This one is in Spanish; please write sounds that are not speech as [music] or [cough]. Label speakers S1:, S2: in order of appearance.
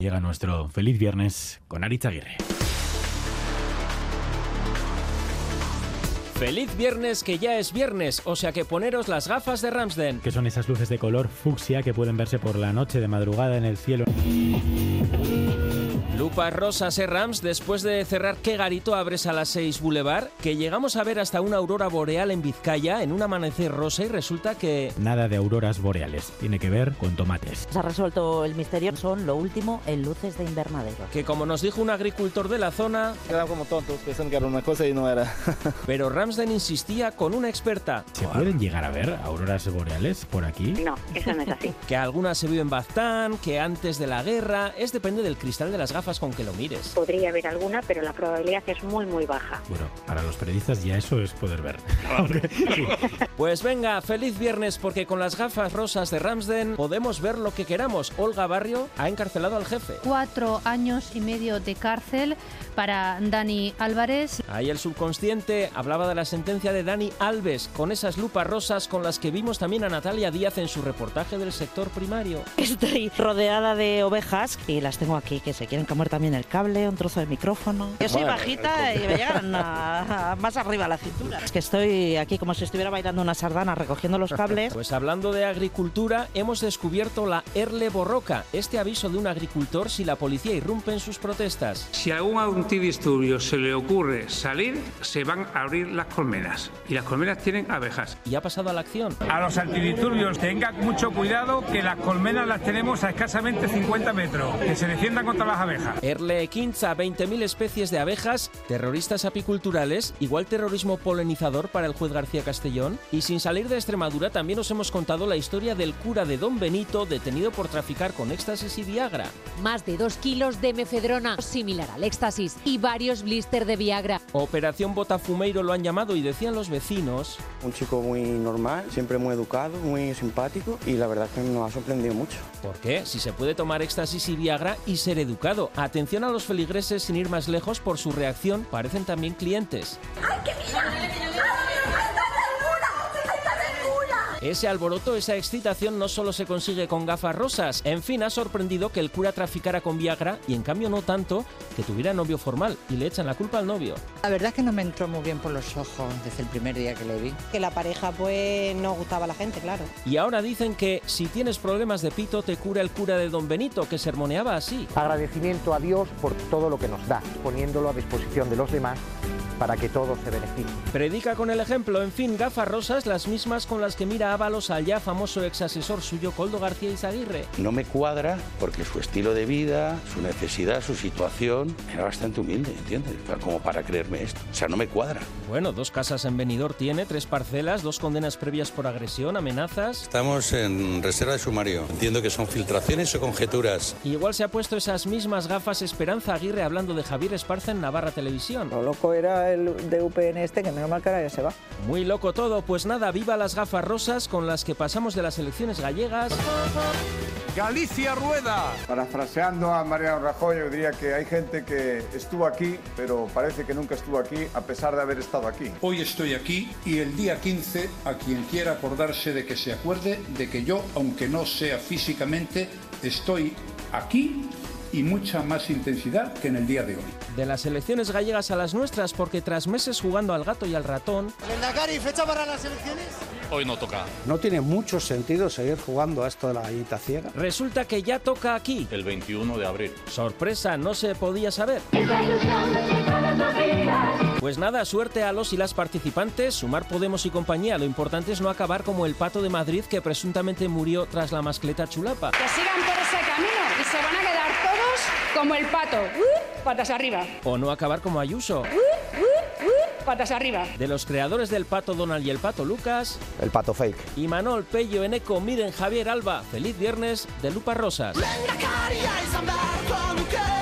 S1: Llega nuestro feliz viernes con Aritz Aguirre.
S2: Feliz viernes que ya es viernes, o sea que poneros las gafas de Ramsden.
S1: Que son esas luces de color fucsia que pueden verse por la noche de madrugada en el cielo.
S2: Lupa Rosa eh, Rams, después de cerrar qué garito abres a las 6 Boulevard, que llegamos a ver hasta una aurora boreal en Vizcaya en un amanecer rosa y resulta que
S1: Nada de auroras boreales. Tiene que ver con tomates.
S3: Se ha resuelto el misterio. Son lo último en luces de invernadero.
S2: que como nos dijo un agricultor de la zona,
S4: Quedaban como tontos pensando que era una cosa y no era. [laughs]
S2: pero Ramsden insistía con una experta,
S1: ¿Se pueden llegar a ver auroras boreales por aquí?
S5: No, eso no es así.
S2: que algunas se viven en Baztán, que antes de la guerra, es depende del cristal de las gafas con que lo mires.
S5: Podría haber alguna, pero la probabilidad es muy, muy baja.
S1: Bueno, para los periodistas ya eso es poder ver. [laughs]
S2: Pues venga, feliz viernes porque con las gafas rosas de Ramsden podemos ver lo que queramos. Olga Barrio ha encarcelado al jefe.
S6: cuatro años y medio de cárcel para Dani Álvarez.
S2: Ahí el subconsciente hablaba de la sentencia de Dani Alves, con esas lupas rosas con las que vimos también a Natalia Díaz en su reportaje del sector primario.
S3: Estoy rodeada de ovejas y las tengo aquí que se quieren comer también el cable, un trozo de micrófono. Yo soy bajita
S7: eh,
S3: y me llegan a- a- más arriba a la cintura. Es que estoy aquí como si estuviera bailando una sardana recogiendo los cables.
S2: Pues hablando de agricultura, hemos descubierto la Erle Borroca, este aviso de un agricultor si la policía irrumpe en sus protestas.
S8: Si a un antidisturbios se le ocurre salir, se van a abrir las colmenas. Y las colmenas tienen abejas.
S2: Y ha pasado a la acción.
S8: A los antidisturbios, tengan mucho cuidado que las colmenas las tenemos a escasamente 50 metros. Que se defiendan contra las abejas.
S2: Erle Quinza, 20.000 especies de abejas, terroristas apiculturales, igual terrorismo polinizador para el juez García Castellón. Y sin salir de Extremadura también os hemos contado la historia del cura de Don Benito detenido por traficar con éxtasis y Viagra.
S9: Más de 2 kilos de mefedrona, similar al éxtasis, y varios blister de Viagra.
S2: Operación Botafumeiro lo han llamado y decían los vecinos.
S10: Un chico muy normal, siempre muy educado, muy simpático y la verdad que nos ha sorprendido mucho.
S2: ¿Por qué? Si se puede tomar éxtasis y Viagra y ser educado. Atención a los feligreses sin ir más lejos por su reacción, parecen también clientes. Ese alboroto, esa excitación no solo se consigue con gafas rosas. En fin, ha sorprendido que el cura traficara con Viagra y en cambio no tanto que tuviera novio formal y le echan la culpa al novio.
S7: La verdad es que no me entró muy bien por los ojos desde el primer día que le vi. [laughs] Que la pareja pues no gustaba a la gente, claro.
S2: Y ahora dicen que si tienes problemas de pito te cura el cura de Don Benito que sermoneaba así.
S11: Agradecimiento a Dios por todo lo que nos da, poniéndolo a disposición de los demás para que todos se beneficien.
S2: Predica con el ejemplo, en fin, gafas rosas, las mismas con las que mira Ábalos al ya famoso ex asesor suyo Coldo García Izaguirre.
S12: No me cuadra porque su estilo de vida, su necesidad, su situación era bastante humilde, ¿entiendes? Como para creerme esto. O sea, no me cuadra.
S2: Bueno, dos casas en Benidorm tiene, tres parcelas, dos condenas previas por agresión, amenazas.
S12: Estamos en reserva de sumario. Entiendo que son filtraciones o conjeturas.
S2: Y igual se ha puesto esas mismas gafas Esperanza Aguirre hablando de Javier Esparza en Navarra Televisión.
S7: Lo loco era el de UPN este, que menos mal que ahora ya se va.
S2: Muy loco todo, pues nada, viva las gafas rosas con las que pasamos de las elecciones gallegas.
S8: Galicia rueda.
S13: Parafraseando a Mariano Rajoy, yo diría que hay gente que estuvo aquí, pero parece que nunca estuvo aquí, a pesar de haber estado aquí.
S8: Hoy estoy aquí y el día 15 a quien quiera acordarse de que se acuerde de que yo, aunque no sea físicamente, estoy aquí y mucha más intensidad que en el día de hoy.
S2: De las elecciones gallegas a las nuestras, porque tras meses jugando al gato y al ratón,
S7: Lendakari, fecha para las elecciones.
S14: Hoy no toca.
S11: No tiene mucho sentido seguir jugando a esto de la gallita ciega.
S2: resulta que ya toca aquí.
S14: El 21 de abril.
S2: Sorpresa, no se podía saber. Pues nada, suerte a los y las participantes, sumar Podemos y compañía. Lo importante es no acabar como el pato de Madrid que presuntamente murió tras la mascleta chulapa.
S9: Que sigan por ese camino y se van a quedar todos como el pato. ¡Uh! Patas arriba.
S2: O no acabar como Ayuso.
S9: ¡Uh! ¡Uh! ¡Uh! Patas arriba.
S2: De los creadores del pato Donald y el pato Lucas,
S11: El pato fake.
S2: y Manol, Pello, Eneco, Miren, Javier Alba. Feliz viernes de Lupa Rosas.
S7: Lendakari, Eisenberg, con